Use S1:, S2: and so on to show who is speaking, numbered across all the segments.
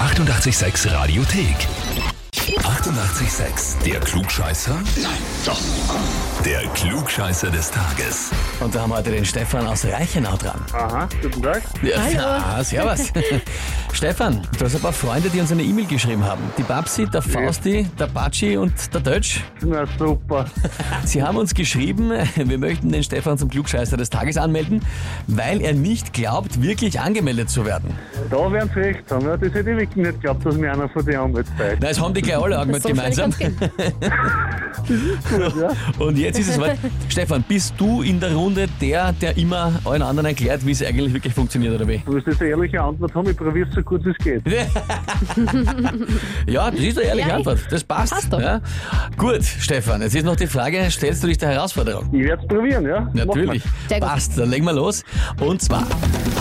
S1: 886 Radiothek. 88,6. Der Klugscheißer? Nein, doch. Der Klugscheißer des Tages.
S2: Und da haben wir heute den Stefan aus Reichenau dran.
S3: Aha, guten Tag.
S2: Ja,
S4: Hallo.
S2: Ah, servus. Stefan, du hast ein paar Freunde, die uns eine E-Mail geschrieben haben. Die Babsi, der Fausti, der Batschi und der Dötsch.
S3: Na super.
S2: Sie haben uns geschrieben, wir möchten den Stefan zum Klugscheißer des Tages anmelden, weil er nicht glaubt, wirklich angemeldet zu werden.
S3: Da werden Sie recht haben. Ja, das hätte ich wirklich nicht geglaubt, dass mir einer von dir anmeldet. sei.
S2: Na, das haben die gleich alle angemeldet
S4: So schnell
S2: gemeinsam.
S4: kann's gehen.
S2: Und jetzt ist es soweit. Stefan, bist du in der Runde der, der immer allen anderen erklärt, wie es eigentlich wirklich funktioniert oder wie?
S3: Du musst jetzt eine ehrliche Antwort haben. Ich probiere es so gut es geht.
S2: Ja, das ist eine ehrliche
S4: Ja,
S2: Antwort. Das passt.
S4: passt doch.
S2: Ja. Gut, Stefan, jetzt ist noch die Frage, stellst du dich der Herausforderung?
S3: Ich werde es probieren, ja?
S2: Natürlich.
S4: Sehr gut.
S2: Passt, dann legen wir los. Und zwar,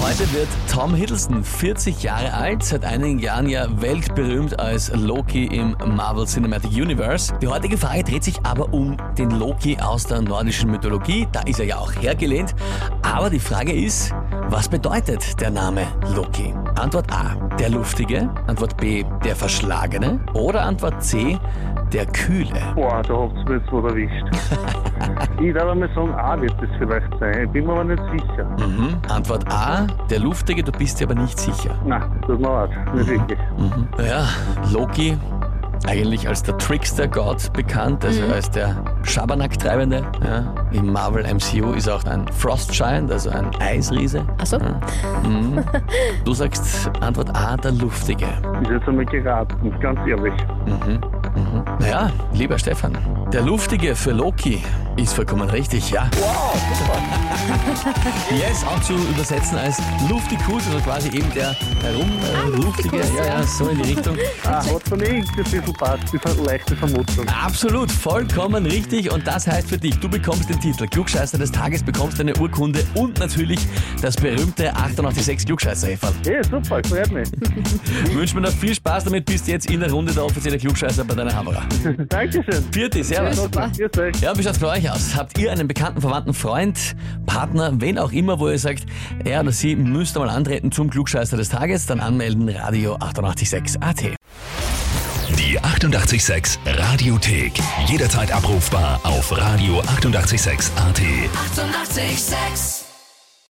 S2: heute wird Tom Hiddleston 40 Jahre alt, seit einigen Jahren ja weltberühmt als Loki im Marvel Cinematic Universe. Die heutige Frage dreht sich aber um den Loki aus der nordischen Mythologie. Da ist er ja auch hergelehnt. Aber die Frage ist, was bedeutet der Name Loki? Antwort A, der Luftige. Antwort B, der Verschlagene. Oder Antwort C, der Kühle.
S3: Boah, da habt ihr mich jetzt wohl erwischt. ich darf einmal sagen, A wird es vielleicht sein. Ich bin mir aber nicht sicher.
S2: Mhm. Antwort A, der Luftige, du bist dir aber nicht sicher.
S3: Nein, tut mir leid. Nicht wirklich.
S2: Ja, Loki, eigentlich als der Trickster-Gott bekannt, also als der Schabernack-Treibende. Ja. Im Marvel MCU ist er auch ein Frostgiant, also ein Eisriese.
S4: Ach so.
S2: Du sagst Antwort A, der Luftige.
S3: Ist jetzt einmal geraten, ganz ehrlich.
S2: Naja, lieber Stefan, der Luftige für Loki ist vollkommen richtig, ja. Wow! yes, auch zu übersetzen als Luftikus, also quasi eben der herumluftige.
S4: Luftikus,
S2: ja, ja,
S4: ja.
S2: so in die Richtung.
S3: Ah, hat von irgend ein bisschen passt. Die ver- leichte Vermutung.
S2: Absolut, vollkommen richtig. Und das heißt für dich, du bekommst den Titel Klugscheißer des Tages, bekommst deine Urkunde und natürlich das berühmte 886 klugscheißer -Häferl.
S3: Hey, super, freut mich.
S2: Wünschen mir noch viel Spaß damit, bist jetzt in der Runde der offizielle Klugscheißer bei deiner Hammerer.
S3: Dankeschön.
S2: Vierte, servus.
S3: Gott, danke, grüß euch.
S2: Ja, wie schaut's bei euch aus? Habt ihr einen bekannten, verwandten Freund, Partner, wen auch immer, wo ihr sagt, er oder sie müsste mal antreten zum Klugscheißer des Tages, dann anmelden, Radio 886 AT.
S1: Die 88,6 Radiothek. Jederzeit abrufbar auf radio886.at. 88,6.
S5: Eighty-eight, sex.